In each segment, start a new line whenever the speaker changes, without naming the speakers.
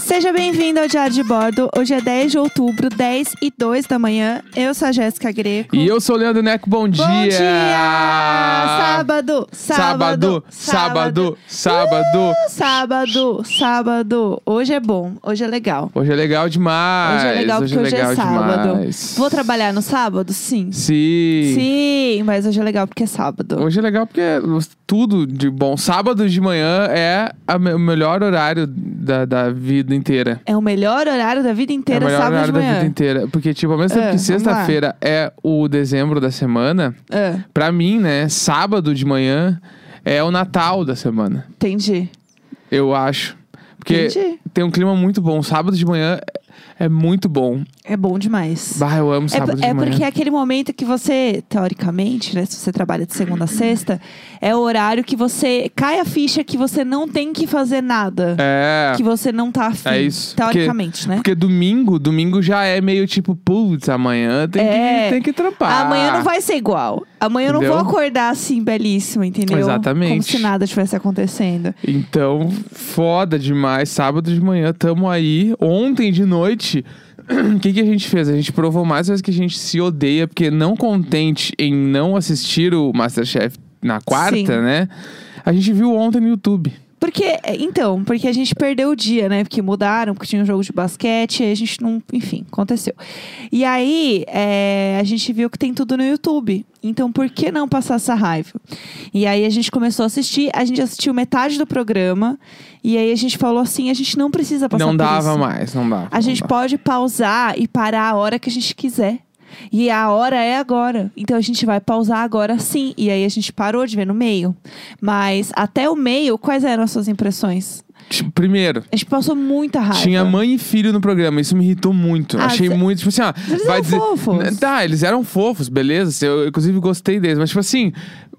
Seja bem-vindo ao Diário de Bordo. Hoje é 10 de outubro, 10 e 2 da manhã. Eu sou a Jéssica Greco.
E é eu sou o Leandro Neco, bom dia!
Bom dia! Sábado, sábado,
Sábado, sábado, sábado.
Uh, sábado, sábado. Hoje é bom, hoje é legal.
Hoje é legal demais.
Hoje é legal porque hoje,
legal
é sábado.
demais.
Vou trabalhar no sábado? Sim.
Sim.
Sim, mas hoje é legal porque é sábado.
Hoje é legal porque tudo de bom. Sábado de manhã é a me- o melhor horário da, da vida inteira.
É o melhor horário da vida
é o
inteira,
melhor
sábado de
horário da vida
manhã.
inteira. Porque, tipo, ao mesmo tempo
Ah,
que
vamos lá.
sexta-feira é o dezembro da semana,
Ah,
pra mim, né, sábado de manhã é o Natal da semana.
entendi.
Eu acho. Porque
Entendi.
tem um clima muito bom. Sábado de manhã é muito bom.
É bom demais.
Bah, eu amo
É,
sábado
po-
de
é
manhã.
porque é aquele momento que você, teoricamente, né? Se você trabalha de segunda a sexta, é o horário que você cai a ficha que você não tem que fazer nada.
É.
Que você não tá afim.
É isso. Porque-
Teoricamente, né?
Porque domingo, domingo já é meio tipo, putz, amanhã tem,
É.
que, tem que trampar.
Amanhã não vai ser igual. Amanhã eu não vou
Entendeu?
acordar assim, belíssima, entendeu?
Exatamente.
Como se nada estivesse acontecendo.
Então, foda demais. Sábado de manhã, tamo aí. Ontem de noite, o que, que a gente fez? A gente provou mais vezes que a gente se odeia, porque não contente em não assistir o Masterchef na quarta,
Sim.
né? A gente viu ontem no YouTube.
Porque, é, então, porque a gente perdeu o dia, né? Porque mudaram, porque tinha um jogo de basquete, aí a gente não. Enfim, aconteceu. E aí, é, a gente viu que tem tudo no YouTube. Então, por que não passar essa raiva? E aí, a gente começou a assistir, a gente assistiu metade do programa, e aí a gente falou assim: a gente não precisa passar
não
por
dava
isso.
mais, não dava.
A gente pode pausar e parar a hora que a gente quiser. E a hora é agora. Então a gente vai pausar agora sim. E aí a gente parou de ver no meio. Mas até o meio, quais eram as suas impressões?
Tipo, Primeiro,
A gente passou muita raiva.
tinha mãe e filho no programa. Isso me irritou muito.
Ah,
Achei
cê-
muito. Tipo assim, ó.
Eles
vai
eram
dizer...
fofos.
Tá, eles eram fofos, beleza. Eu, inclusive, gostei deles. Mas, tipo assim.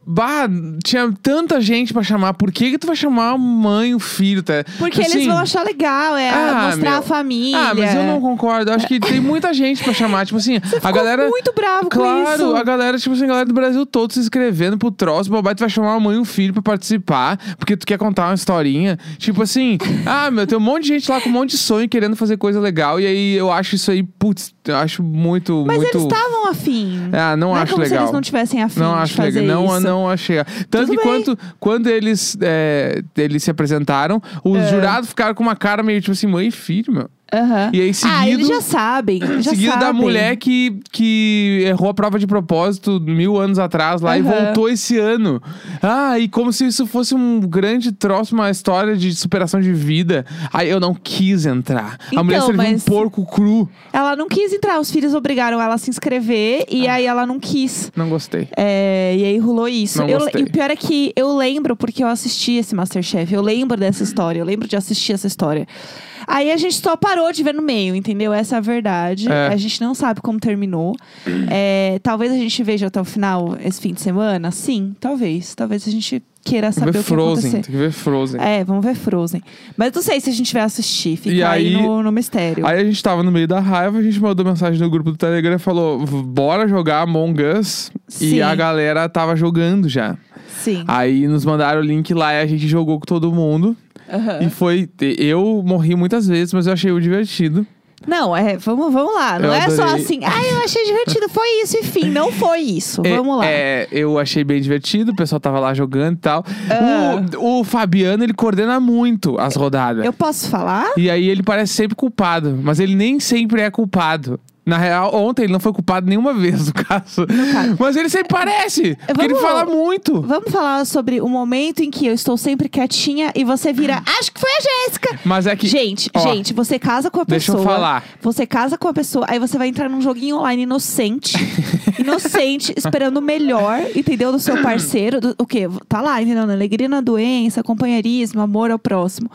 Bah, tinha tanta gente pra chamar. Por que que tu vai chamar a mãe, o filho, tá?
Porque
Tipo
eles
assim,
vão achar legal, é
Ah,
mostrar
meu.
a família.
Ah, mas eu não concordo. Eu Acho que tem muita gente pra chamar. Tipo assim, a
Ficou
galera.
muito bravo Ah, com isso.
Claro, a galera, tipo assim, a galera do Brasil todo se inscrevendo pro troço, babai, tu vai chamar a mãe e o filho pra participar, porque tu quer contar uma historinha. Tipo assim, ah, meu, tem um monte de gente lá com um monte de sonho querendo fazer coisa legal, e aí eu acho isso aí, putz, eu acho muito,
Mas
muito.
eles estavam afim.
Ah, não,
é
acho
como se
legal.
eles não tivessem afim
Não
de
acho
fazer
legal. Não,
isso.
não achei. Tanto
Tudo
que
bem.
quanto, quando eles, é, eles se apresentaram, os
É.
jurados ficaram com uma cara meio tipo assim, mãe e filho, meu.
Aham.
E aí,
Ah, eles
seguido-
já sabem. Já
Seguido
sabem.
da mulher que, que errou a prova de propósito mil anos atrás lá e
Aham.
voltou esse ano. Ah, e como se isso fosse um grande troço, uma história de superação de vida. Aí eu não quis entrar. a
Então,
mulher serviu
mas-
um porco cru.
Ela não quis entrar, os filhos obrigaram ela a se inscrever e
Ah.
aí ela não quis.
Não gostei.
É, e aí rolou isso.
Não
Eu-
gostei.
e o pior é que eu lembro, porque eu assisti esse Masterchef, eu lembro dessa história, eu lembro de assistir essa história. Aí a gente só parou de ver no meio, entendeu? Essa é a verdade.
É.
A gente não sabe como terminou. É, talvez a gente veja até o final esse fim de semana. Sim, talvez. Talvez a gente queira
Tem que
saber
ver
o que
Frozen. Tem
aconteceu.
que ver Frozen.
É, vamos ver Frozen. Mas eu não sei se a gente vai assistir. Fica
E aí-
no, no mistério.
Aí a gente tava no meio da raiva, a gente mandou mensagem no grupo do Telegram e falou: "V- bora jogar Among Us.
Sim.
E a galera tava jogando já.
Sim.
Aí nos mandaram o link lá e a gente jogou com todo mundo.
Aham.
E foi. Eu morri muitas vezes, mas eu achei o divertido.
Não, é, vamos, vamos lá. Não
Eu
é só
adorei.
assim, ah, eu achei divertido, foi isso, enfim, não foi isso. Vamos
É,
lá.
É, eu achei bem divertido, o pessoal tava lá jogando e tal.
Ah.
O, o Fabiano, ele coordena muito as rodadas.
Eu posso falar?
E aí ele parece sempre culpado, mas ele nem sempre é culpado. Na real, ontem ele não foi culpado nenhuma vez, no caso.
caso.
Mas ele sempre parece, porque ele
vamos-
fala muito.
Vamos falar sobre o momento em que eu estou sempre quietinha e você vira, acho que foi a Jéssica.
Mas é que.
Gente,
ó,
gente, você casa com a
deixa eu
pessoa.
falar.
Você casa com a pessoa, aí você vai entrar num joguinho online inocente. inocente, esperando o melhor, entendeu? Do seu parceiro. do- o quê? Tá lá, entendeu? Na alegria, na doença, companheirismo, amor ao próximo.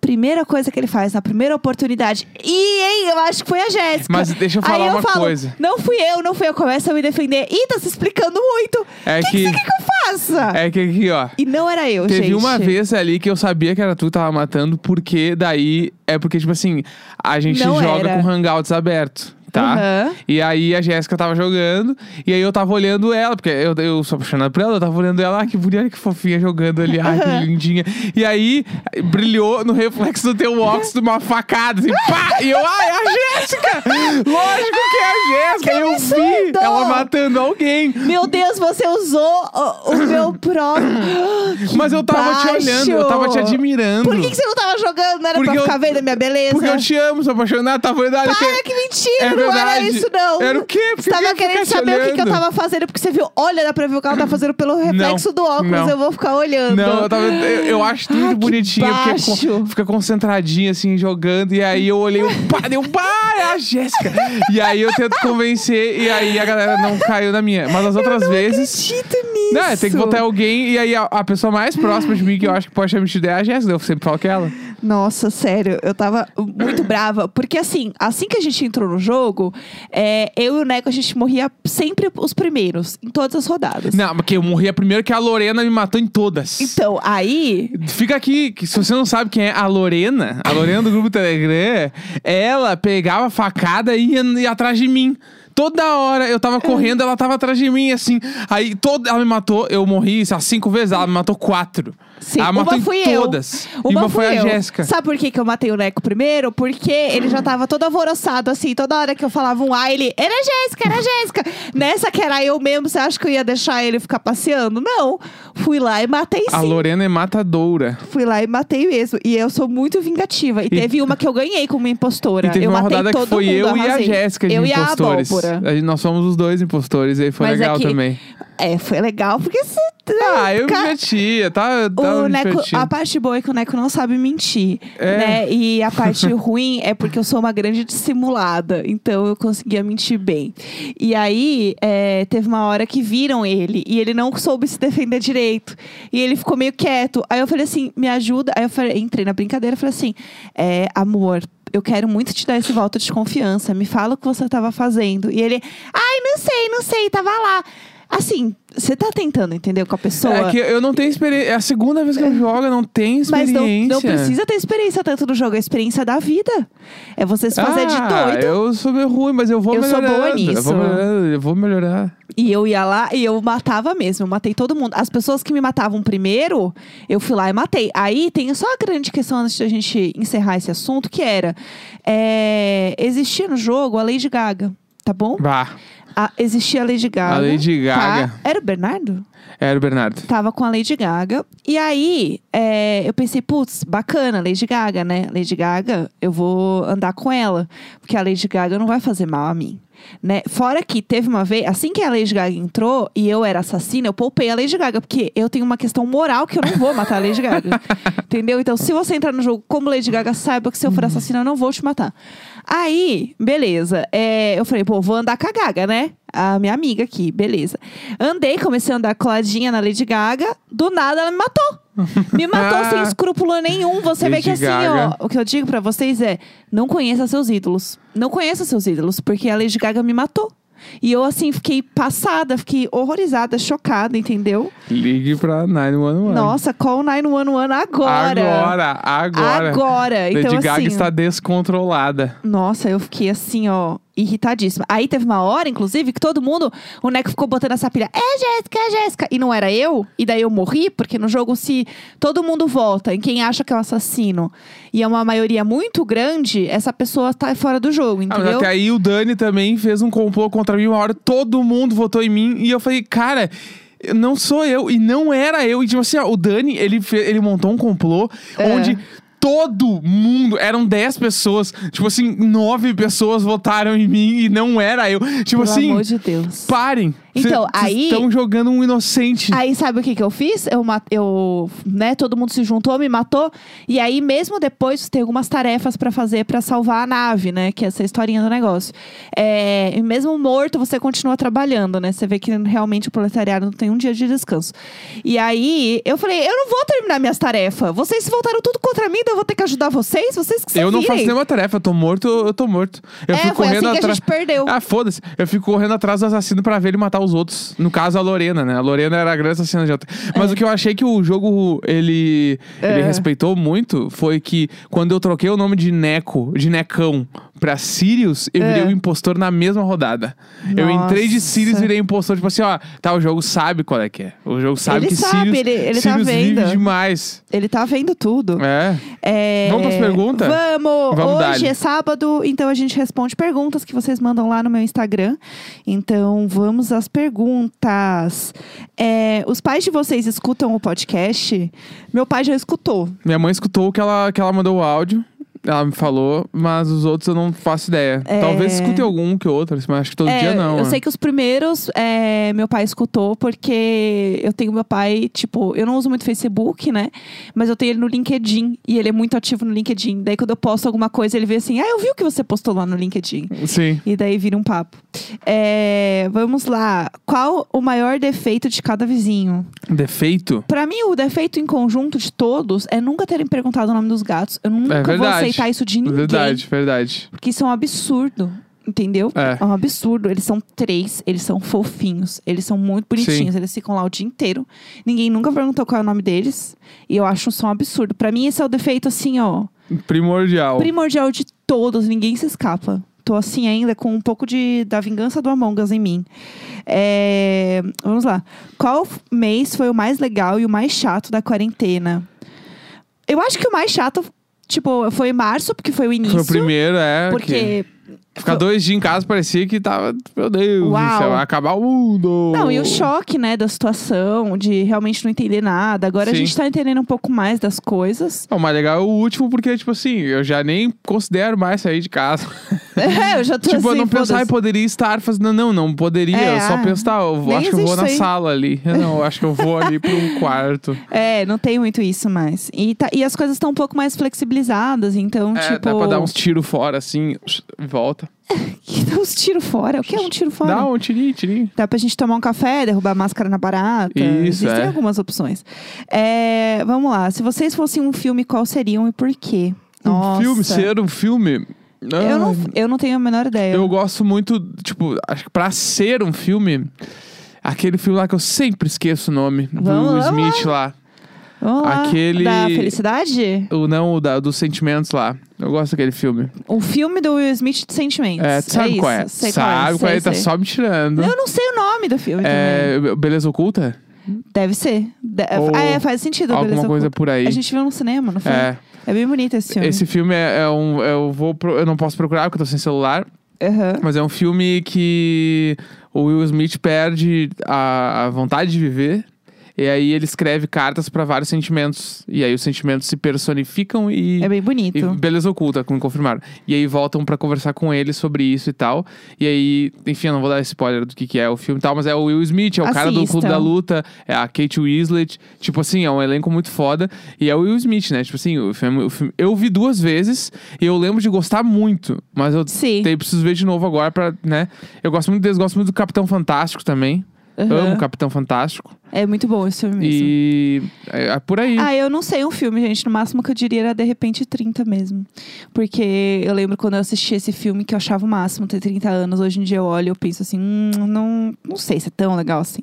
Primeira coisa que ele faz, na primeira oportunidade. E, hein, eu acho que foi a Jéssica.
Mas deixa eu falar
aí eu
uma
falo,
coisa.
Não fui eu, não fui eu. Começa a me defender. Ih, tá se explicando muito.
É
o que,
que-
você quer que eu faça?
É que aqui, ó.
E não era eu,
Teve
gente.
uma vez ali que eu sabia que era tu que tava matando, porque daí é porque, tipo assim, a gente
Não
joga
era.
com hangouts aberto. tá?
Aham.
E aí a Jéssica tava jogando, e aí eu tava olhando ela, porque eu, eu sou apaixonado por ela, eu tava olhando ela, ah, que bonita, que fofinha jogando ali, ai, que lindinha. E aí brilhou no reflexo do teu óculos de uma facada, assim, pá! E eu, ai, é a Jéssica! Lógico que é a
Que
Jéssica! eu
absurdo!
vi ela matando alguém.
Meu Deus, você usou o, o meu próprio. Que
Mas eu tava te
baixo!
olhando, eu tava te admirando.
Por que, que você não tava jogando? Não era
Porque
pra
eu-
ficar vendo a minha beleza?
Porque eu te amo, sou apaixonado, tava olhando olha
Para, que mentira!
É
não era
verdade.
isso, não.
Era o quê? Por
Você
que que eu
tava
ia
querendo
ficar te
saber o que, que eu
olhando?
tava fazendo, porque você viu, olha, dá pra ver o que ela tá fazendo pelo reflexo do óculos.
não.
Eu vou ficar olhando.
Não, eu, tava- eu- eu acho tudo
Ah, que
bonitinho, porque
baixo.
con- fica concentradinho, assim, jogando. E aí eu olhei, eu, pá, deu, pá, é a Jéssica. E aí eu tento convencer, e aí a galera não caiu na minha. Mas as outras vezes.
acredito nisso.
Não, é, tem que botar alguém, e aí a, a pessoa mais próxima de mim que eu acho que pode ter mentido é a Jéssica. Eu sempre falo que é ela.
Nossa, sério, eu tava muito brava. Porque assim, assim que a gente entrou no jogo, é, eu e o Neco, a gente morria sempre os primeiros, em todas as rodadas.
Não, porque eu morria primeiro que a Lorena me matou em todas.
Então, aí.
Fica aqui, que se você não sabe quem é a Lorena, a Lorena do grupo Telegram, ela pegava a facada e ia, ia atrás de mim. Toda hora eu tava correndo, ela tava atrás de mim, assim. Aí toda, ela me matou, eu morri, sei lá, cinco vezes, ela me matou quatro.
Sim,
ela matou
uma
em
fui
todas.
eu.
E uma,
fui
foi a
eu.
Jéssica.
Sabe por que, que eu matei o Neco primeiro? Porque ele já tava todo alvoroçado, assim, toda hora que eu falava um ai, ele era a Jéssica, era a Jéssica. Nessa que era eu mesmo, você acha que eu ia deixar ele ficar passeando? Não. Fui lá e matei
A
sim.
Lorena é matadora.
Fui lá e matei mesmo. E eu sou muito vingativa. E, teve uma que eu ganhei como impostora.
E teve
eu
uma
matei
rodada
todo
que foi
mundo,
eu e a
arrasei.
Jéssica de
Eu e a
impostores.
abóbora.
A gente- nós somos os dois impostores, e aí foi
Mas
legal
é que-
também.
É, foi legal, porque se.
Ah, eu me
Ca-
divertia, tá? tá
O
me
Neco,
divertindo.
a parte boa é que o Neco não sabe mentir,
É.
né? E a parte ruim é porque eu sou uma grande dissimulada, então eu conseguia mentir bem. E aí, é, teve uma hora que viram ele e ele não soube se defender direito. E ele ficou meio quieto. Aí eu falei assim, me ajuda. Aí eu falei- entrei na brincadeira e falei assim, é, amor... Eu quero muito te dar esse voto de confiança. Me fala o que você estava fazendo. E ele, ai, não sei, não sei, tava lá. Assim, você tá tentando entender com a pessoa.
É que eu não tenho experiência. É a segunda vez que eu jogo, eu não tenho
Mas
experiência.
não, não precisa ter experiência tanto do jogo, é a experiência da vida. É você se fazer de
Ah,
doido.
Eu sou meio ruim, mas eu vou
Eu sou
melhorar.
boa
Eu vou
nisso.
melhorando, eu vou melhorar.
E eu ia lá e eu matava mesmo. Eu matei todo mundo. As pessoas que me matavam primeiro, eu fui lá e matei. Aí tem só a grande questão antes da gente encerrar esse assunto, que era: é, existia no jogo a Lady Gaga, tá bom?
Bah,
A- existia a Lady Gaga.
A Lady Gaga.
tá? Era o Bernardo?
era o Bernardo.
Tava com a Lady Gaga. E aí, é, eu pensei, putz, bacana, Lady Gaga, né? Lady Gaga, eu vou andar com ela. Porque a Lady Gaga não vai fazer mal a mim. Né? Fora que teve uma vez, assim que a Lady Gaga entrou e eu era assassina, eu poupei a Lady Gaga, porque eu tenho uma questão moral que eu não vou matar a Lady Gaga. Entendeu? Então, se você entrar no jogo como Lady Gaga, saiba que se eu for assassina, eu não vou te matar. Aí, beleza. É, eu falei, pô, vou andar com a Gaga, né? A minha amiga aqui, beleza. Andei, comecei a andar coladinha na Lady Gaga. Do nada ela me matou. Me matou sem escrúpulo nenhum. Você vê
Ah. Lady
que assim,
Gaga.
ó. O que eu digo pra vocês é: não conheça seus ídolos. Não conheça seus ídolos, porque a Lady Gaga me matou. E eu, assim, fiquei passada, fiquei horrorizada, chocada, entendeu?
Ligue pra 911.
Nossa, call 911 agora.
Agora, agora.
Agora. Então,
Lady Gaga
assim,
está descontrolada.
Nossa, eu fiquei assim, ó, irritadíssima. Aí teve uma hora, inclusive, que todo mundo, o Neco ficou botando essa pilha. É Jéssica, é Jéssica. E não era eu. E daí eu morri, porque no jogo, se todo mundo volta em quem acha que é o assassino e é uma maioria muito grande, essa pessoa tá fora do jogo,
Ah, mas
entendeu?
até aí o Dani também fez um complô contra mim. Uma hora todo mundo votou em mim. E eu falei, cara. eu Não sou eu, e não era eu. E tipo assim, ó, o Dani, ele, fe- ele montou um complô
É.
onde todo mundo, eram 10 pessoas, tipo assim, nove pessoas votaram em mim e não era eu.
Pelo
Tipo assim,
amor de Deus.
parem.
Então, aí-
Estão jogando um inocente.
Aí sabe o que que eu fiz? Eu, ma- eu, né, todo mundo se juntou, me matou. E aí mesmo depois tem algumas tarefas pra fazer pra salvar a nave, né, que é essa historinha do negócio. É, e mesmo morto você continua trabalhando, né? Você vê que realmente o proletariado não tem um dia de descanso. E aí eu falei, eu não vou terminar minhas tarefas. Vocês voltaram tudo contra mim, então eu vou ter que ajudar vocês, vocês que se
Eu não
virem.
faço nenhuma tarefa, eu tô morto, eu tô morto. Eu
É,
fico
foi assim
correndo
que a
atrás.
gente perdeu.
Ah, foda-se. Eu fico correndo atrás do assassino pra ver ele matar os os outros. No caso, a Lorena, né? A Lorena era a grande assassina de outra.
É.
Mas o que eu achei que o jogo ele, ele respeitou muito foi que quando eu troquei o nome de Neco, de Necão, pra Sirius, eu virei o impostor na mesma rodada. Eu entrei de
É. Nossa.
Sirius e virei impostor, tipo assim, ó, tá, o jogo sabe qual é que é. O jogo sabe
Ele
que
sabe,
Sirius,
ele- ele tá
Sirius vive
vendo.
demais.
Ele tá vendo tudo.
É.
É,
Vamos pras perguntas?
Vamos!
Vamos
Hoje
dar-lhe.
é sábado, então a gente responde perguntas que vocês mandam lá no meu Instagram. Então vamos às perguntas. É, os pais de vocês escutam o podcast? Meu pai já escutou.
Minha mãe escutou que ela, que ela mandou o áudio. Ela me falou, mas os outros eu não faço ideia.
É.
Talvez escute algum que outro, mas acho que todo
É,
dia não.
eu
né?
sei que os primeiros é, meu pai escutou, porque eu tenho meu pai, tipo, eu não uso muito Facebook, né? Mas eu tenho ele no LinkedIn e ele é muito ativo no LinkedIn. Daí quando eu posto alguma coisa, ele vê assim: ah, eu vi o que você postou lá no LinkedIn.
né? Sim.
E daí vira um papo. É, vamos lá. Qual o maior defeito de cada vizinho?
Defeito?
Pra mim, o defeito em conjunto de todos é nunca terem perguntado o nome dos gatos. Eu nunca
É
vou
verdade.
aceitar isso de ninguém.
Verdade, verdade.
Porque isso é um absurdo. Entendeu?
É.
um absurdo. Eles são três, eles são fofinhos, eles são muito bonitinhos, eles ficam lá o dia inteiro. Ninguém nunca perguntou qual é o nome deles. E eu acho isso um absurdo. Pra mim, esse é o defeito, assim, ó.
Primordial.
Primordial de todos, ninguém se escapa. Tô assim ainda com um pouco de da vingança do Among Us em mim. É, vamos lá. Qual f- mês foi o mais legal e o mais chato da quarentena? Eu acho que o mais chato, tipo, foi março, porque foi o início.
Foi o primeiro, é. que
porque.
Ficar dois dias em casa parecia que tava. Meu
Uau.
Deus, do céu, vai acabar o mundo.
Não, e o choque, né, da situação, de realmente não entender nada. Agora a
Sim.
gente tá entendendo um pouco mais das coisas.
Não, mas legal é o último, porque, tipo assim, eu já nem considero mais sair de casa.
É, eu já tô
tipo,
assim,
eu não pensar,
foda-se.
eu poderia estar fazendo. Não, não poderia.
É,
eu só
ah,
pensar, eu vou-
nem
acho que eu vou
existe
na
isso aí.
sala ali. Eu Não, eu acho que eu vou ali pro quarto.
É, não tem muito isso mais. E, tá- e as coisas estão um pouco mais flexibilizadas, então,
É,
tipo.
dá pra dar uns tiros fora, assim, volta.
que dá uns tiros fora. O que é um tiro fora?
Dá um tirinho, tirinho.
Dá pra gente tomar um café, derrubar a máscara na barata.
Isso,
Existem
é.
algumas opções. É, vamos lá. Se vocês fossem um filme, qual seriam e por quê?
Um
Nossa.
filme, ser um filme.
Eu não,
Ah,
eu não tenho a menor ideia.
Eu gosto muito, tipo, acho que pra ser um filme, aquele filme lá que eu sempre esqueço o nome,
Vamos
do
lá,
Smith lá.
Vamos lá.
aquele-
Da Felicidade?
O não, o da, dos sentimentos lá. Eu gosto daquele filme.
O filme do Will Smith de Sentimentos.
É, tu sabe
isso.
qual é?
Sei qual é,
sabe
sei,
qual é? Tá
sei.
só me tirando.
Eu não sei o nome do filme também.
É, Beleza Oculta?
Deve ser. De-
Ou
Ah, é, faz sentido.
Alguma
beleza,
coisa
oculta.
por aí.
A gente viu no cinema, não foi?
É,
É bem bonito esse filme.
esse filme é, é um. Eu, vou pro- eu não posso procurar porque eu tô sem celular.
Aham.
Mas é um filme que o Will Smith perde a, a vontade de viver. E aí ele escreve cartas pra vários sentimentos. E aí os sentimentos se personificam e.
É bem
e
bonito.
beleza oculta, como confirmaram. E aí voltam pra conversar com ele sobre isso e tal. E aí, enfim, eu não vou dar spoiler do que, que é o filme e tal, mas é o Will Smith, é o cara do Clube
Assistam.
da Luta, é a Kate Winslet. Tipo assim, é um elenco muito foda. E é o Will Smith, né? Tipo assim, o filme, o filme- eu vi duas vezes e eu lembro de gostar muito, mas eu
Sim.
tenho, preciso ver de novo agora pra, né? Eu gosto muito deles, gosto muito do Capitão Fantástico também. Amo o Capitão Fantástico.
É muito bom esse filme mesmo.
E é, é por aí.
Ah, eu não sei um filme, gente. No máximo que eu diria era De Repente 30 mesmo. Porque eu lembro quando eu assisti esse filme que eu achava o máximo ter 30 anos. Hoje em dia eu olho e eu penso assim, hum, não, não sei se é tão legal assim.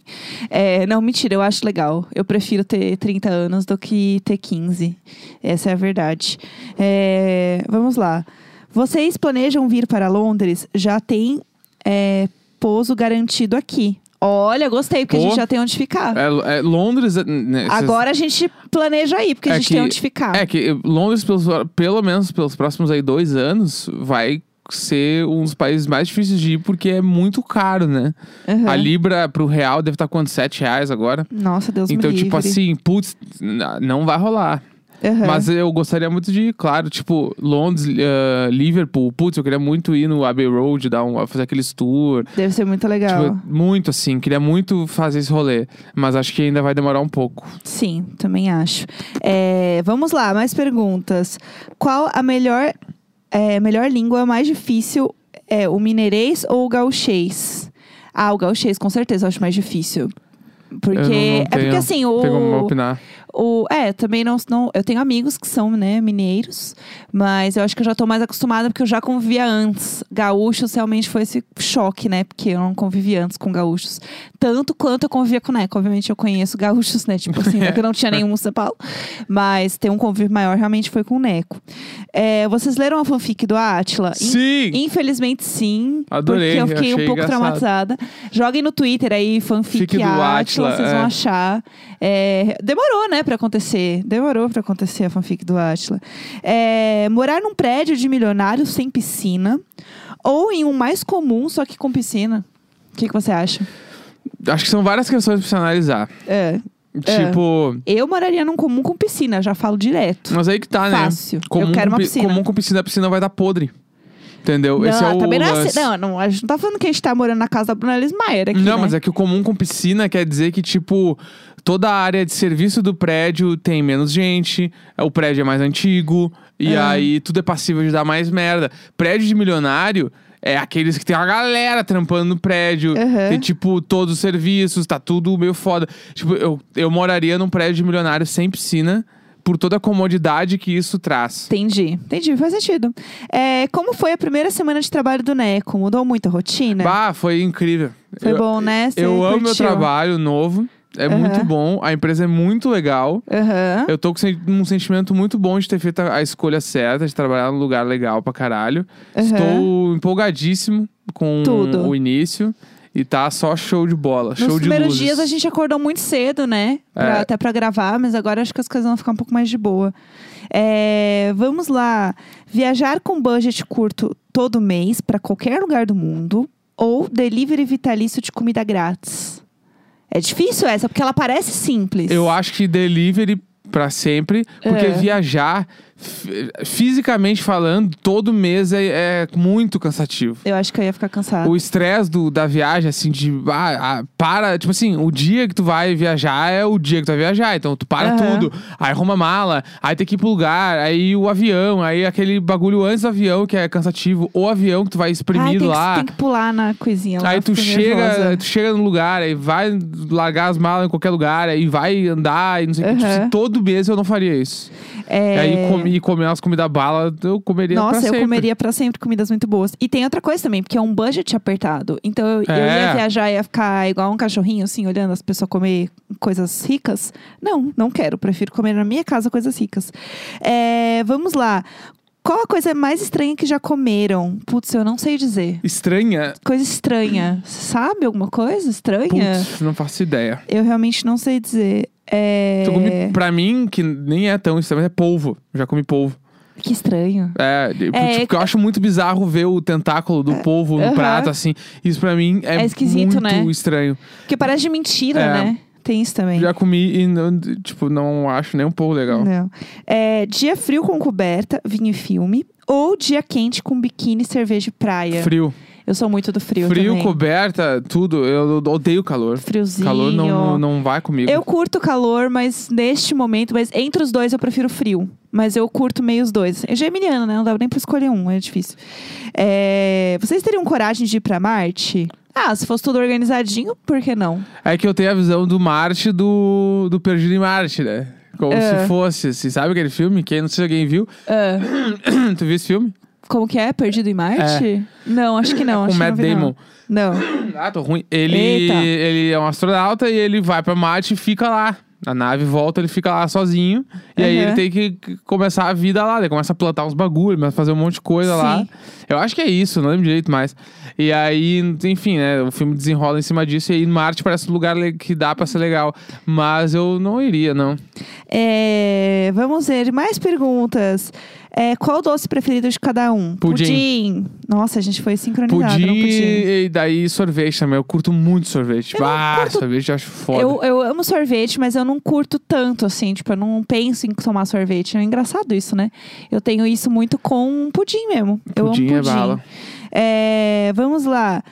É, não, mentira, eu acho legal. Eu prefiro ter 30 anos do que ter 15. Essa é a verdade. É, vamos lá. Vocês planejam vir para Londres? Já tem é, pouso garantido aqui. Olha, gostei, porque a
Pô.
gente já tem onde ficar.
É- é Londres. é, né, vocês-
Agora a gente planeja aí, porque a
É
gente
que-
tem onde ficar.
É que Londres, pelos- pelo menos pelos próximos aí dois anos, vai ser um dos países mais difíceis de ir, porque é muito caro, né?
Aham.
A Libra pro real deve estar quanto? 7 reais agora.
Nossa, Deus
então,
me livre. É.
tipo assim, putz, n- não vai rolar.
Aham.
Mas eu gostaria muito de ir, claro, tipo, Londres, eh, Liverpool, putz, eu queria muito ir no Abbey Road, dar um, fazer aqueles tour.
Deve ser muito legal.
Tipo, muito assim, queria muito fazer esse rolê. Mas acho que ainda vai demorar um pouco.
Sim, também acho. É, vamos lá, mais perguntas. Qual a melhor, é, melhor língua mais difícil? É o mineirês ou o gauchês? Ah, o gauchês, com certeza, eu acho mais difícil. Porque.
Eu não- não
é porque
tenho-
assim,
Tem como
o,
opinar.
O, é, também não, não. Eu tenho amigos que são, né, mineiros, mas eu acho que eu já tô mais acostumada porque eu já convivia antes. Gaúchos realmente foi esse choque, né? Porque eu não convivi antes com gaúchos. Tanto quanto eu convivia com Neco. Obviamente eu conheço gaúchos, né? Tipo assim, porque eu não tinha nenhum em São Paulo. Mas ter um convívio maior realmente foi com o Neco. É, vocês leram a fanfic do Átila?
Sim!
Infelizmente, sim.
Adorei,
Porque eu fiquei
achei
um pouco
engraçado.
traumatizada. Joguem no Twitter aí, fanfic
Fique do
Atlas,
Átila,
vocês
é.
vão achar. É, demorou, né, pra acontecer. Demorou pra acontecer a fanfic do Atila. É, morar num prédio de milionários sem piscina. Ou em um mais comum, só que com piscina. O que, que você acha?
Acho que são várias questões pra se analisar.
É,
Tipo.
eu moraria num comum com piscina, já falo direto.
Mas aí que tá, né?
Fácil. Eu quero uma
com pi-
piscina.
Comum com piscina, a piscina vai dar podre. Entendeu? Esse é
não,
o
também não, é
lance.
assim- não, não, a gente não tá falando que a gente tá morando na casa da Bruna Lismayer aqui,
não,
né?
mas é que o comum com piscina quer dizer que, tipo, toda a área de serviço do prédio tem menos gente, o prédio é mais antigo, e
É.
aí tudo é passível de dar mais merda. Prédio de milionário é aqueles que tem uma galera trampando no prédio,
Uhum.
tem, tipo, todos os serviços, tá tudo meio foda. Tipo, eu, eu moraria num prédio de milionário sem piscina, por toda a comodidade que isso traz.
Entendi, entendi, faz sentido. É, como foi a primeira semana de trabalho do Neco? Mudou muito a rotina?
Bah, foi incrível.
Né. foi
eu
bom, né? Você
eu amo meu
curtiu?
trabalho novo. É
Aham.
muito bom, a empresa é muito legal.
Aham.
Eu tô com sen- um sentimento muito bom de ter feito a a escolha certa, de trabalhar num lugar legal pra caralho.
Aham.
Estou empolgadíssimo com
Tudo.
o início e tá só show de bola,
Nos
show de
primeiros
luzes.
dias a gente acordou muito cedo, né? Pra-
É.
Até pra gravar, mas agora acho que as coisas vão ficar um pouco mais de boa. É, vamos lá. Viajar com budget curto todo mês pra qualquer lugar do mundo ou delivery vitalício de comida grátis? É difícil essa, porque ela parece simples.
Eu acho que delivery pra sempre, porque
É.
viajar, fi- fisicamente falando, todo mês é, é muito cansativo.
Eu acho que eu ia ficar cansada.
O estresse do- da viagem, assim, de. ah, ah, para. Tipo assim, o dia que tu vai viajar é o dia que tu vai viajar. Então tu para
Aham.
tudo. Aí arruma mala, aí tem que ir pro lugar, aí o avião, aí aquele bagulho antes do avião que é cansativo, o avião que tu vai
Ai, tem
exprimido
que-
lá.
tem que pular na coisinha. lá,
Aí tu
fiquei
chega,
nervosa.
tu chega no lugar, aí vai largar as malas em qualquer lugar, aí vai andar e não sei o que. Tipo,
Aham.
se todo mês eu não faria isso.
É,
Aí comi, comer umas comidas bala, eu comeria pra
Nossa, eu
sempre.
comeria pra sempre comidas muito boas. E tem outra coisa também, porque é um budget apertado. Então eu, eu
É.
ia viajar e ia ficar igual um cachorrinho, assim, olhando as pessoas comer coisas ricas. Não, não quero. Prefiro comer na minha casa coisas ricas. É, vamos lá. Qual a coisa mais estranha que já comeram? Putz, eu não sei dizer.
Estranha?
Coisa estranha. Sabe alguma coisa estranha?
Putz, não faço ideia.
Eu realmente não sei dizer. É...
Tu comi- pra mim, que nem é tão estranho, mas é polvo. Eu já comi polvo.
Que estranho.
É, tipo,
É,
porque eu acho muito bizarro ver o tentáculo do polvo no
aham.
prato, assim. Isso pra mim é,
É esquisito,
muito
né?
estranho.
Porque parece de mentira,
É.
né? Tem isso também.
Já comi e, não- tipo, não acho nem um pouco legal.
Não. É, dia frio com coberta, vinho e filme. Ou dia quente com biquíni, cerveja e praia.
Frio.
Eu sou muito do frio,
Frio,
também.
coberta, tudo. Eu odeio calor.
Friozinho.
Calor não, não, é não vai comigo.
Eu curto calor, mas neste momento, mas entre os dois eu prefiro frio. Mas eu curto meio os dois. É geminiano, né? Não dá nem pra escolher um, é difícil. É, Vocês teriam coragem de ir pra Marte? Ah, se fosse tudo organizadinho, por que não?
É que eu tenho a visão do Marte do, do Perdido em Marte, né? Como
É.
se fosse, assim, sabe aquele filme? Quem não sei se alguém viu.
Ah,
tu viu esse filme?
como que é? Perdido em Marte? Não, acho que não.
É. Com
acho que
Matt
não vi, não.
Damon.
Não.
Ah, tô ruim. Ele,
Eita.
ele é um astronauta e ele vai pra Marte e fica lá. A nave volta, ele fica lá sozinho. E aí
Aham.
ele tem que c- começar a vida lá. né? Ele começa a plantar uns bagulhos, começa a fazer um monte de coisa lá.
Sim.
Eu acho que é isso, não lembro direito mais. E aí, enfim, né? O filme desenrola em cima disso. E aí Marte parece um lugar le- que dá pra ser legal. Mas eu não iria, não.
É, vamos ver mais perguntas. É, qual o doce preferido de cada um?
Pudim.
Nossa, a gente foi sincronizado
Pudim,
no pudim.
e daí sorvete também. Eu curto muito sorvete.
não
ah,
curto-
sorvete eu acho foda.
Eu, eu amo sorvete, mas eu não curto tanto, assim. Tipo, eu não penso em tomar sorvete. É engraçado isso, né? Eu tenho isso muito com pudim mesmo. eu amo
Pudim
pudim.
é bala.
É, vamos lá.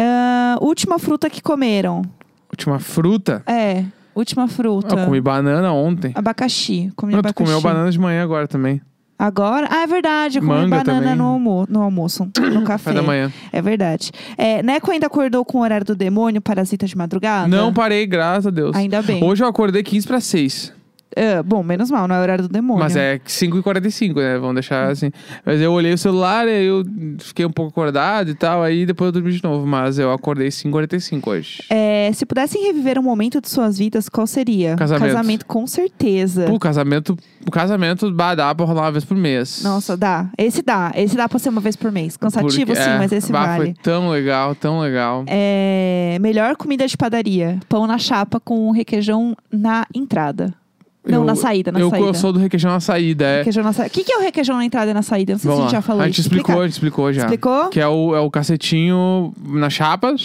Ah, última fruta que comeram.
Última fruta.
É, última fruta.
Eu comi banana ontem.
Abacaxi. Comi
Não, Ah, tu
abacaxi.
comeu banana de manhã agora também.
Agora? Ah, é verdade. Eu comi
Manga
banana
também.
no, almo no almoço, no café.
Café da manhã.
É verdade. É, Neco ainda acordou com o horário do demônio, parasita de madrugada?
Não parei, graças a Deus.
Ah, tá. Ainda bem.
Hoje eu acordei 15 para 6.
Ah, bom, menos mal, não é o horário do demônio.
Mas é 5h45, né? Vamos
Hum.
deixar assim. Mas eu olhei o celular, aí eu fiquei um pouco acordado e tal, aí depois eu dormi de novo. Mas eu acordei 5h45 hoje.
É, se pudessem reviver um momento de suas vidas, qual seria?
Casamento.
com certeza.
Pô, o casamento, o casamento bah, dá pra rolar uma vez por mês.
Nossa, dá. Esse dá. Esse dá pra ser uma vez por mês. Cansativo,
Porque-
sim,
é,
mas esse
bah, Foi
vale.
tão legal, tão legal.
É, melhor comida de padaria. Pão na chapa com requeijão na entrada. É, Não,
Eu-
na saída, na
eu,
saída.
eu sou do requeijão na saída, é.
Requeijão na saída. O que, que é o requeijão na entrada e na saída? Eu Não sei se
Vamos
a gente
lá.
já falou
a
isso.
gente explicou,
Explica.
a gente explicou já.
Explicou?
Que é o, é o cacetinho na chapa. E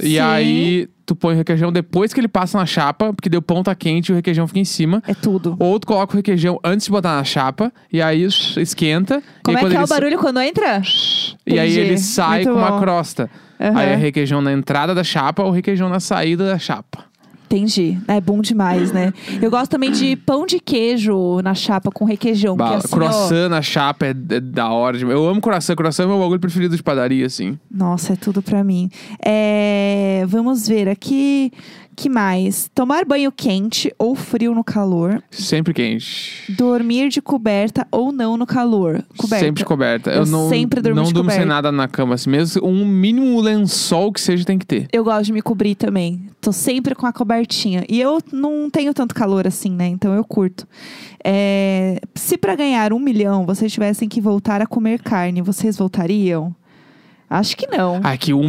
Sim.
aí tu põe o requeijão depois que ele passa na chapa, porque deu pão tá quente e o requeijão fica em cima.
É tudo.
Ou tu coloca o requeijão antes de botar na chapa, e aí esquenta.
Como
e aí
é
quando
que é
ele
o
sa-
barulho quando entra?
E aí
Entendi.
ele sai
Muito
com uma
bom.
crosta.
Aham.
Aí é requeijão na entrada da chapa ou requeijão na saída da chapa.
Entendi. É bom demais, né? Eu gosto também de pão de queijo na chapa com requeijão. que
Bala.
assim, ó,
croissant na chapa é, é da hora. demais. Eu amo croissant. Croissant é meu bagulho preferido de padaria, assim.
Nossa, é tudo pra mim. É, Vamos ver aqui. Que mais? Tomar banho quente ou frio no calor.
Sempre quente.
Dormir de coberta ou não no calor. Coberta.
Sempre coberta. Eu,
Eu
não,
sempre durmo
não
de
durmo sem
coberta.
nada na cama. Assim, mesmo um mínimo lençol que seja tem que ter.
Eu gosto de me cobrir também. Tô sempre com a cobertinha. E eu não tenho tanto calor assim, né? Então eu curto. É, Se pra ganhar um milhão vocês tivessem que voltar a comer carne, vocês voltariam? Acho que não.
Aqui um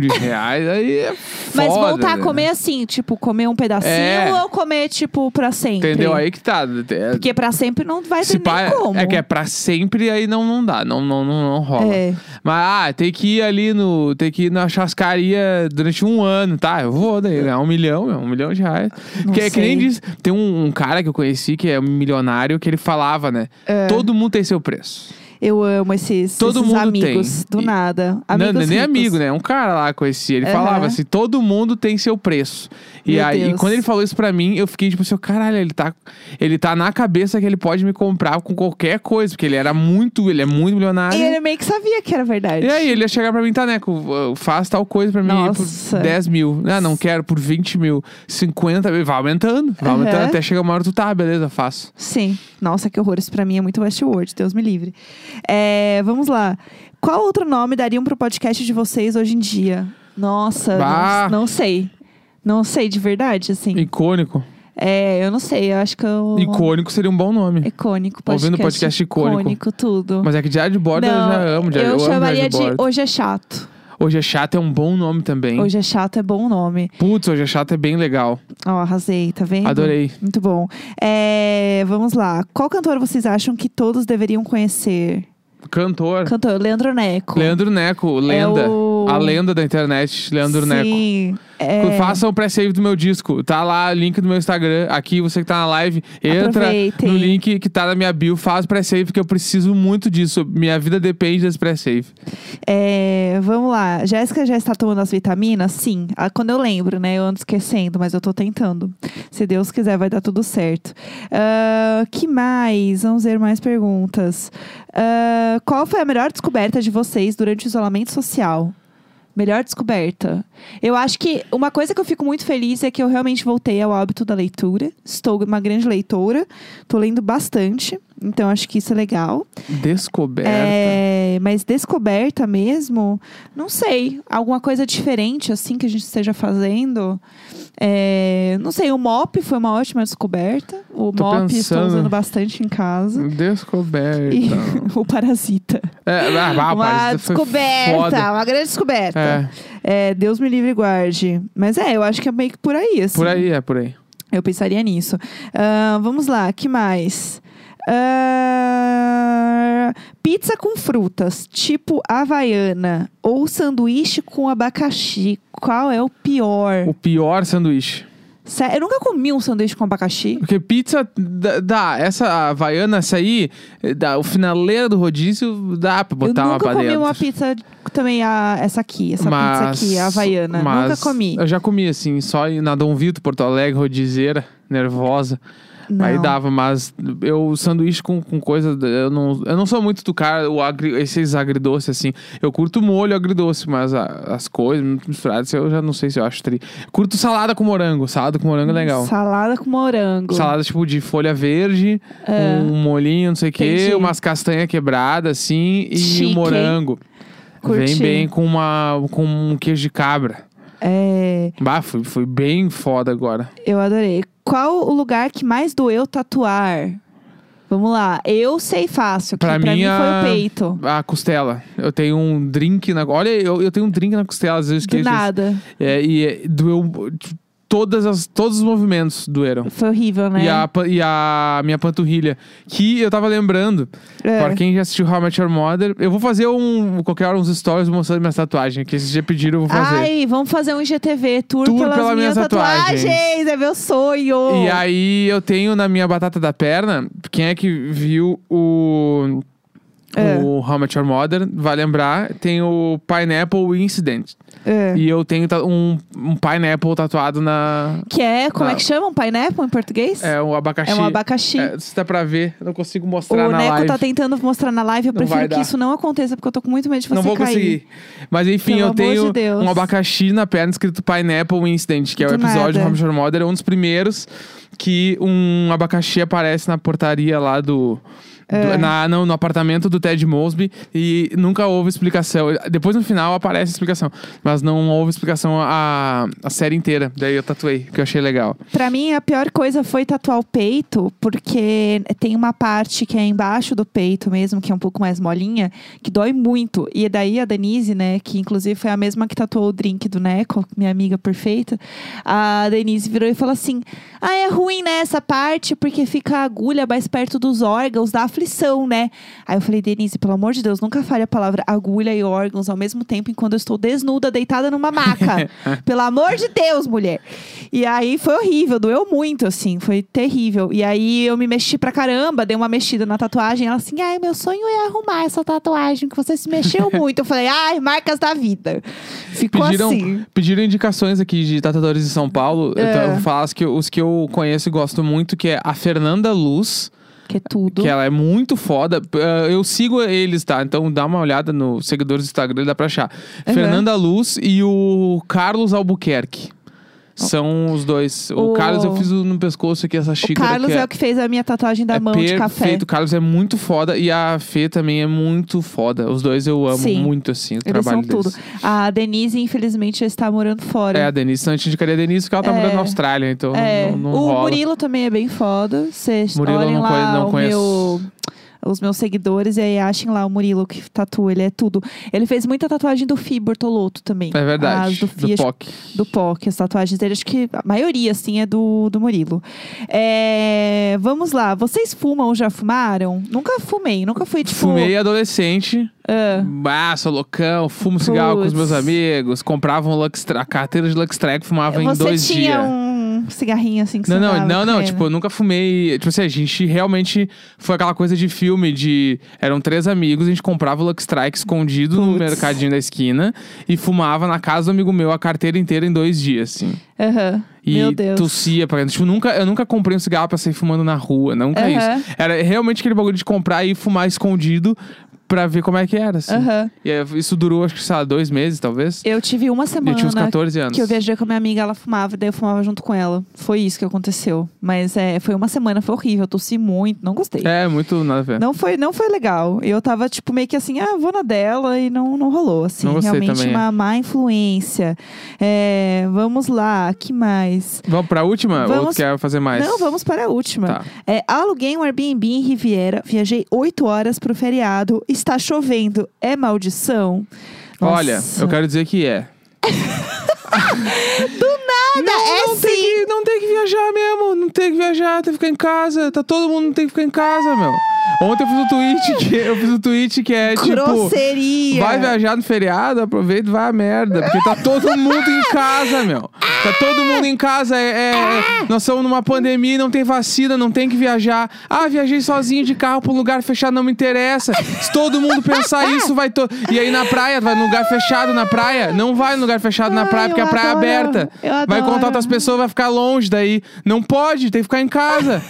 de reais, aí é foda,
Mas voltar
né?
a comer assim, tipo, comer um pedacinho
É.
ou comer, tipo, pra sempre?
Entendeu? Aí que tá. É-
Porque pra sempre não vai ter
Se
nem
pá,
como.
é que é pra sempre, aí não, não dá, não, não, não, não rola.
É.
Mas, ah, tem que ir ali no. Tem que ir na chascaria durante um ano, tá? Eu vou daí, ganhar um milhão, meu, um milhão de reais.
Não
Que, é que nem
sei.
diz. Tem um, um cara que eu conheci que é um milionário que ele falava, né?
É.
Todo mundo tem seu preço.
Eu amo esses,
Todo
esses
mundo
amigos.
tem.
Do
E-
nada.
Não,
Amigos
não é nem
ricos.
amigo, né? Um cara lá que eu conheci. Ele
Aham.
falava assim: todo mundo tem seu preço. E
Meu
aí,
Deus.
quando ele falou isso pra mim, eu fiquei tipo assim: caralho, ele tá, ele tá na cabeça que ele pode me comprar com qualquer coisa, porque ele era muito, ele é muito milionário.
E ele meio que sabia que era verdade.
E aí, ele ia chegar pra mim, Taneco, uh, faz tal coisa pra mim aí
Nossa.
por 10 mil. Ah, não quero, por 20 mil, 50 mil. Vai aumentando, vai
Aham.
aumentando até chegar uma hora tu tá, beleza, faço.
Sim. Nossa, que horror. Isso pra mim é muito Westworld. Deus me livre. É, vamos lá. Qual outro nome dariam pro podcast de vocês hoje em dia? Nossa,
Bah.
não, não sei. Não sei de verdade, assim.
Icônico.
É, eu não sei. Eu acho que eu...
Icônico seria um bom nome.
Icônico. Podcast.
Ouvindo podcast icônico.
tudo.
Mas é que diário de bordo eu
Não,
já amo. Diário,
eu
eu
chamaria
amo diário de
de
bordo.
Hoje é Chato.
Hoje é chato é um bom nome também.
Hoje é Chato é bom nome.
Putz, hoje é chato é bem legal.
Ó, arrasei, tá vendo?
Adorei.
Muito bom. É, vamos lá. Qual cantor vocês acham que todos deveriam conhecer?
Cantor.
Cantor Leandro Neco.
Leandro Neco, lenda.
o-
A lenda da internet, Leandro Neco.
Sim. É,
Faça o pré-save do meu disco. Tá lá, link do meu Instagram. Aqui, você que tá na live, entra
Aproveitem.
no link que tá na minha bio, faz o pré-save, porque eu preciso muito disso. Minha vida depende desse pré-save.
é, vamos lá. Jéssica já está tomando as vitaminas? Sim. Ah, Quando eu lembro, né? Eu ando esquecendo, mas eu tô tentando. Se Deus quiser, vai dar tudo certo. Ah, que mais? Vamos ver mais perguntas. Ah, qual foi a melhor descoberta de vocês durante o isolamento social? Melhor descoberta. Eu acho que uma coisa que eu fico muito feliz é que eu realmente voltei ao hábito da leitura. Estou uma grande leitora, tô lendo bastante, então acho que isso é legal.
Descoberta.
É, mas descoberta mesmo, não sei. Alguma coisa diferente, assim, que a gente esteja fazendo. É, não sei, o MOP foi uma ótima descoberta. O
Tô
MOP estou
pensando.
usando bastante em casa.
Descoberta.
E o Parasita.
É, Então. ah, ah,
uma
rapaz, isso foi
descoberta,
foda.
uma grande descoberta.
É,
É, Deus me livre e guarde. Mas é, eu acho que é meio que por aí, assim.
por aí, é por aí.
Eu pensaria nisso. Ah, vamos lá, que mais? Ah, pizza com frutas, tipo havaiana, ou sanduíche com abacaxi. Qual é o pior?
O pior sanduíche.
Sé- Eu nunca comi um sanduíche com abacaxi.
Porque pizza dá, dá- essa havaiana, essa aí, eh, dá, o finaleiro do rodízio dá pra botar
eu
uma
nunca
pra
comi
dentro.
uma pizza também, a, essa aqui, essa pizza aqui, a havaiana.
mas
nunca comi.
Eu já comi, assim, só em- na Dom Vito, Porto Alegre, Rodizeira, nervosa.
Não.
Aí dava, mas eu sanduíche com, com coisa. Eu não, eu não sou muito do cara, o agri, esses agridoce assim. Eu curto molho agridoce, mas a- as coisas muito misturadas eu já não sei se eu acho tri. Curto salada com morango. Salada com morango é legal.
Salada com morango.
Salada tipo de folha verde, um molhinho, não sei o quê,
É. Entendi.
umas castanhas quebradas assim e
Chique,
morango. Vem
Curti.
bem com, uma, com um queijo de cabra.
É,
Bah, fui, fui bem foda agora.
eu adorei. Qual o lugar que mais doeu tatuar? Vamos lá. Eu sei fácil. Que
Pra
pra,
mim,
mim foi
a-
o peito.
A costela. Eu tenho um drink na. Olha, eu, eu tenho um drink na costela, às vezes eu
Do
esqueço. isso.
nada.
É, e é, doeu. t- Todas as, todos os movimentos doeram.
Foi horrível, né?
E, a, pa- e a minha panturrilha. Que eu tava lembrando,
É.
para quem já assistiu How I Met Your Mother, eu vou fazer um, qualquer hora uns stories mostrando minhas tatuagens, que esses já pediram, eu vou fazer.
Ai, vamos fazer um IGTV. Tour,
Tour
pelas,
pelas minhas
minhas tatuagens.
tatuagens.
É meu sonho.
E aí eu tenho na minha batata da perna, quem é que viu o.
É.
O How I Met Your Mother, vai lembrar, tem o Pineapple Incident.
É.
E eu tenho ta- um, um pineapple tatuado na.
Que é, como
Não.
é que chama? Um pineapple em português?
É um abacaxi.
É um abacaxi.
É, se dá pra ver, eu não consigo
O
mostrar na
Neco
live.
tá tentando mostrar na live. Eu
Não vai
prefiro
dar.
que isso não aconteça, porque eu tô com muito medo de você
não vou
cair.
conseguir. Mas enfim,
Pelo
eu
amor
tenho
de Deus.
um abacaxi na perna escrito Pineapple Incident, que é o
Do
episódio
nada.
do Hamster Mother, um dos primeiros que um abacaxi aparece na portaria lá do. do-
É.
na, não, no apartamento do Ted Mosby e nunca houve explicação. Depois no final aparece a explicação, mas não houve explicação a, a série inteira. Daí eu tatuei, que eu achei legal.
Pra mim, a pior coisa foi tatuar o peito, porque tem uma parte que é embaixo do peito mesmo, que é um pouco mais molinha, que dói muito. E é daí a Denise, né, que inclusive foi a mesma que tatuou o drink do Neco, minha amiga perfeita, a Denise virou e falou assim: Ah, é ruim, né, essa parte, porque fica a agulha mais perto dos órgãos, dá aflição, né? Aí eu falei, Denise, pelo amor de Deus, nunca fale a palavra agulha e órgãos ao mesmo tempo enquanto eu estou desnuda, deitada numa maca. pelo amor de Deus, mulher. E aí foi horrível, doeu muito, assim, foi terrível. E aí eu me mexi pra caramba, dei uma mexida na tatuagem. Ela assim, ai, meu sonho é arrumar essa tatuagem, que você se mexeu muito. Eu falei, ai, marcas da vida. Ficou
pediram,
assim.
pediram indicações aqui de tatuadores de São Paulo. Eu
É.
tô- eu vou falar as que, eu- os que eu conheço e gosto muito, que é a Fernanda Luz.
Que é tudo.
Que ela é muito foda. P- ah, Eu sigo eles, tá? Então dá uma olhada nos seguidores do Instagram, dá pra achar.
Uhum.
Fernanda Luz e o Carlos Albuquerque. São os dois.
O-
O, Carlos eu fiz o- no pescoço aqui, essa
O
xícara.
Carlos
que
é o que fez a minha tatuagem da
é
mão de
perfeito.
café.
O Carlos é muito foda e a Fê também é muito foda. Os dois eu amo
Sim.
muito, assim, o
Eles
trabalho
são tudo.
deles.
A Denise, infelizmente, já está morando fora.
É, a Denise, então a gente indicaria a Denise porque ela tá
É.
morando na Austrália, então
É,
não, não
o
rola.
Murilo também é bem foda. Vocês
Murilo eu
olhem
não
lá
conhe- não
o
conheço.
meu- os meus seguidores e aí achem lá o Murilo que tatua, ele é tudo. Ele fez muita tatuagem do Fi Bortoloto também.
É verdade.
Ah, As do Fi, acho-
POC.
do POC, as tatuagens dele, acho que a maioria, assim, é do, do Murilo. É, vamos lá, vocês fumam ou já fumaram? Nunca fumei, nunca fui, tipo...
Fumei adolescente.
ah,
Ah, sou loucão, fumo cigarro com os meus
Putz.
amigos, comprava um Lux Tra- a carteira de Lux Track, fumava em
você
dois
tinha
dias.
um cigarrinho, assim, que
Não,
você
não,
dava,
não, não,
né?
tipo, eu nunca fumei. Tipo assim, a gente realmente foi aquela coisa de filme de. Eram três amigos, a gente comprava o Lux Strike escondido
Putz.
no mercadinho da esquina e fumava na casa do amigo meu a carteira inteira em dois dias, assim.
Aham.
E
Meu Deus.
tossia pra tipo, nunca, Eu nunca comprei um cigarro pra sair fumando na rua, nunca é
Aham.
isso. Era realmente aquele bagulho de comprar e fumar escondido pra ver como é que era, assim.
Aham.
E aí, isso durou, acho que, sei lá, dois meses, talvez.
Eu tive uma semana
eu tinha uns 14 anos.
que eu viajei com a minha amiga, ela fumava, daí eu fumava junto com ela. Foi isso que aconteceu. Mas é, foi uma semana, foi horrível, eu tossi muito, não gostei.
É, muito nada a ver.
Não foi, não foi legal. Eu tava, tipo, meio que assim, ah, vou na dela e não, não rolou. Assim,
Não gostei
realmente
também,
uma má influência. É, vamos lá, que mais?
Vamos pra última? Ou tu
Vamos-
quer fazer mais?
Não, vamos para a última.
Tá.
É, aluguei um Airbnb em Riviera, viajei oito horas pro feriado, está chovendo, é maldição?
Olha,
Nossa.
eu quero dizer que é.
Nada, é
Não
sim!
tem, que, não tem que viajar mesmo, não tem que viajar, tem que ficar em casa. Tá todo mundo não tem que ficar em casa, meu. Ontem eu fiz um tweet que eu fiz um tweet que é tipo.
Grosseria!
Vai viajar no feriado, aproveita e vai a merda. Porque tá todo mundo em casa, meu. Tá todo mundo em casa. É, é- nós estamos numa pandemia, não tem vacina, não tem que viajar. Ah, viajei sozinho de carro pra um lugar fechado, não me interessa. Se todo mundo pensar isso, vai. To... E aí na praia, vai num lugar fechado na praia? Não vai num lugar fechado na
Ai,
praia, porque
eu
a praia é
adoro.
aberta.
Eu
Vai
adoro.
contar outras pessoas, vai ficar longe daí. Não pode, tem que ficar em casa.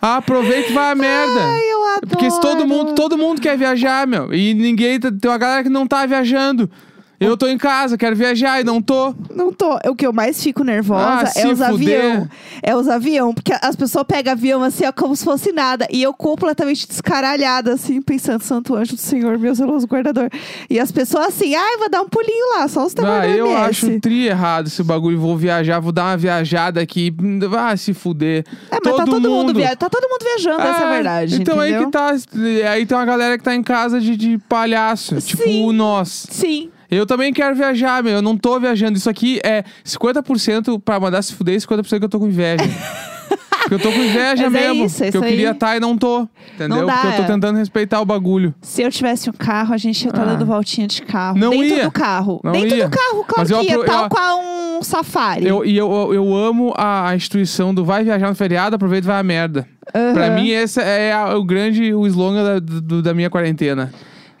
Ah, aproveita e vai a merda.
Ai, eu adoro.
É Porque se todo mundo, todo mundo quer viajar, meu. E ninguém. tá- Tem uma galera que não tá viajando. Eu tô em casa, quero viajar e não tô.
Não tô. O que eu mais fico nervosa
Ah, se
é os
fuder.
avião. É os avião. Porque as pessoas pegam avião assim, ó, como se fosse nada. E eu completamente descaralhada, assim, pensando, santo anjo do Senhor, meu zeloso guardador. E as pessoas assim, ai, vou dar um pulinho lá, só os
Ah,
trabalhadores.
eu acho tri errado esse bagulho. Vou viajar, vou dar uma viajada aqui. Ah, se fuder.
É, mas tá todo mundo, via... tá todo mundo viajando, essa é a
É,
verdade.
Então
entendeu?
aí que tá. Aí tem uma galera que tá em casa de, de palhaço.
Sim.
Tipo, nós.
Sim.
Eu também quero viajar, meu. Eu não tô viajando. Isso aqui é 50% pra mandar se fuder e 50% que eu tô com inveja. Porque eu tô com inveja
Mas é
mesmo.
isso, é
que eu
isso
queria
aí.
estar e não tô. Entendeu?
Não dá,
Porque eu
é.
tô tentando respeitar o bagulho.
Se eu tivesse um carro, a gente ia estar
Ah.
dando voltinha de carro.
Não
Dentro
ia.
do carro.
Não
Dentro
ia.
do carro, claro
Mas
que
eu
ia.
apro-
Tal
eu-
qual um safari.
Eu, e eu, eu, eu amo a, a instituição do vai viajar no feriado, aproveita e vai a merda.
Aham.
Pra mim, esse é a- o grande o slogan da, do- da minha quarentena.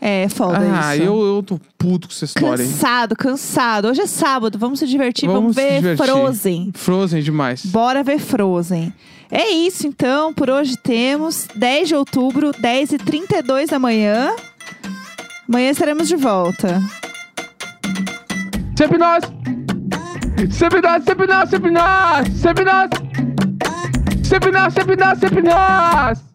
É foda
ah,
isso.
eu, eu tô puto com essa história, hein?
Cansado, cansado. Hoje é sábado, vamos se divertir, vamos,
se
ver
divertir.
Frozen.
Frozen demais.
Bora ver Frozen. É isso então, por hoje temos 10 de outubro, 10h32 da manhã. Amanhã estaremos de volta.
Sempre nós! Sempre nós, sempre nós, sempre nós! Sempre nós! Sempre nós, sempre nós, sempre nós!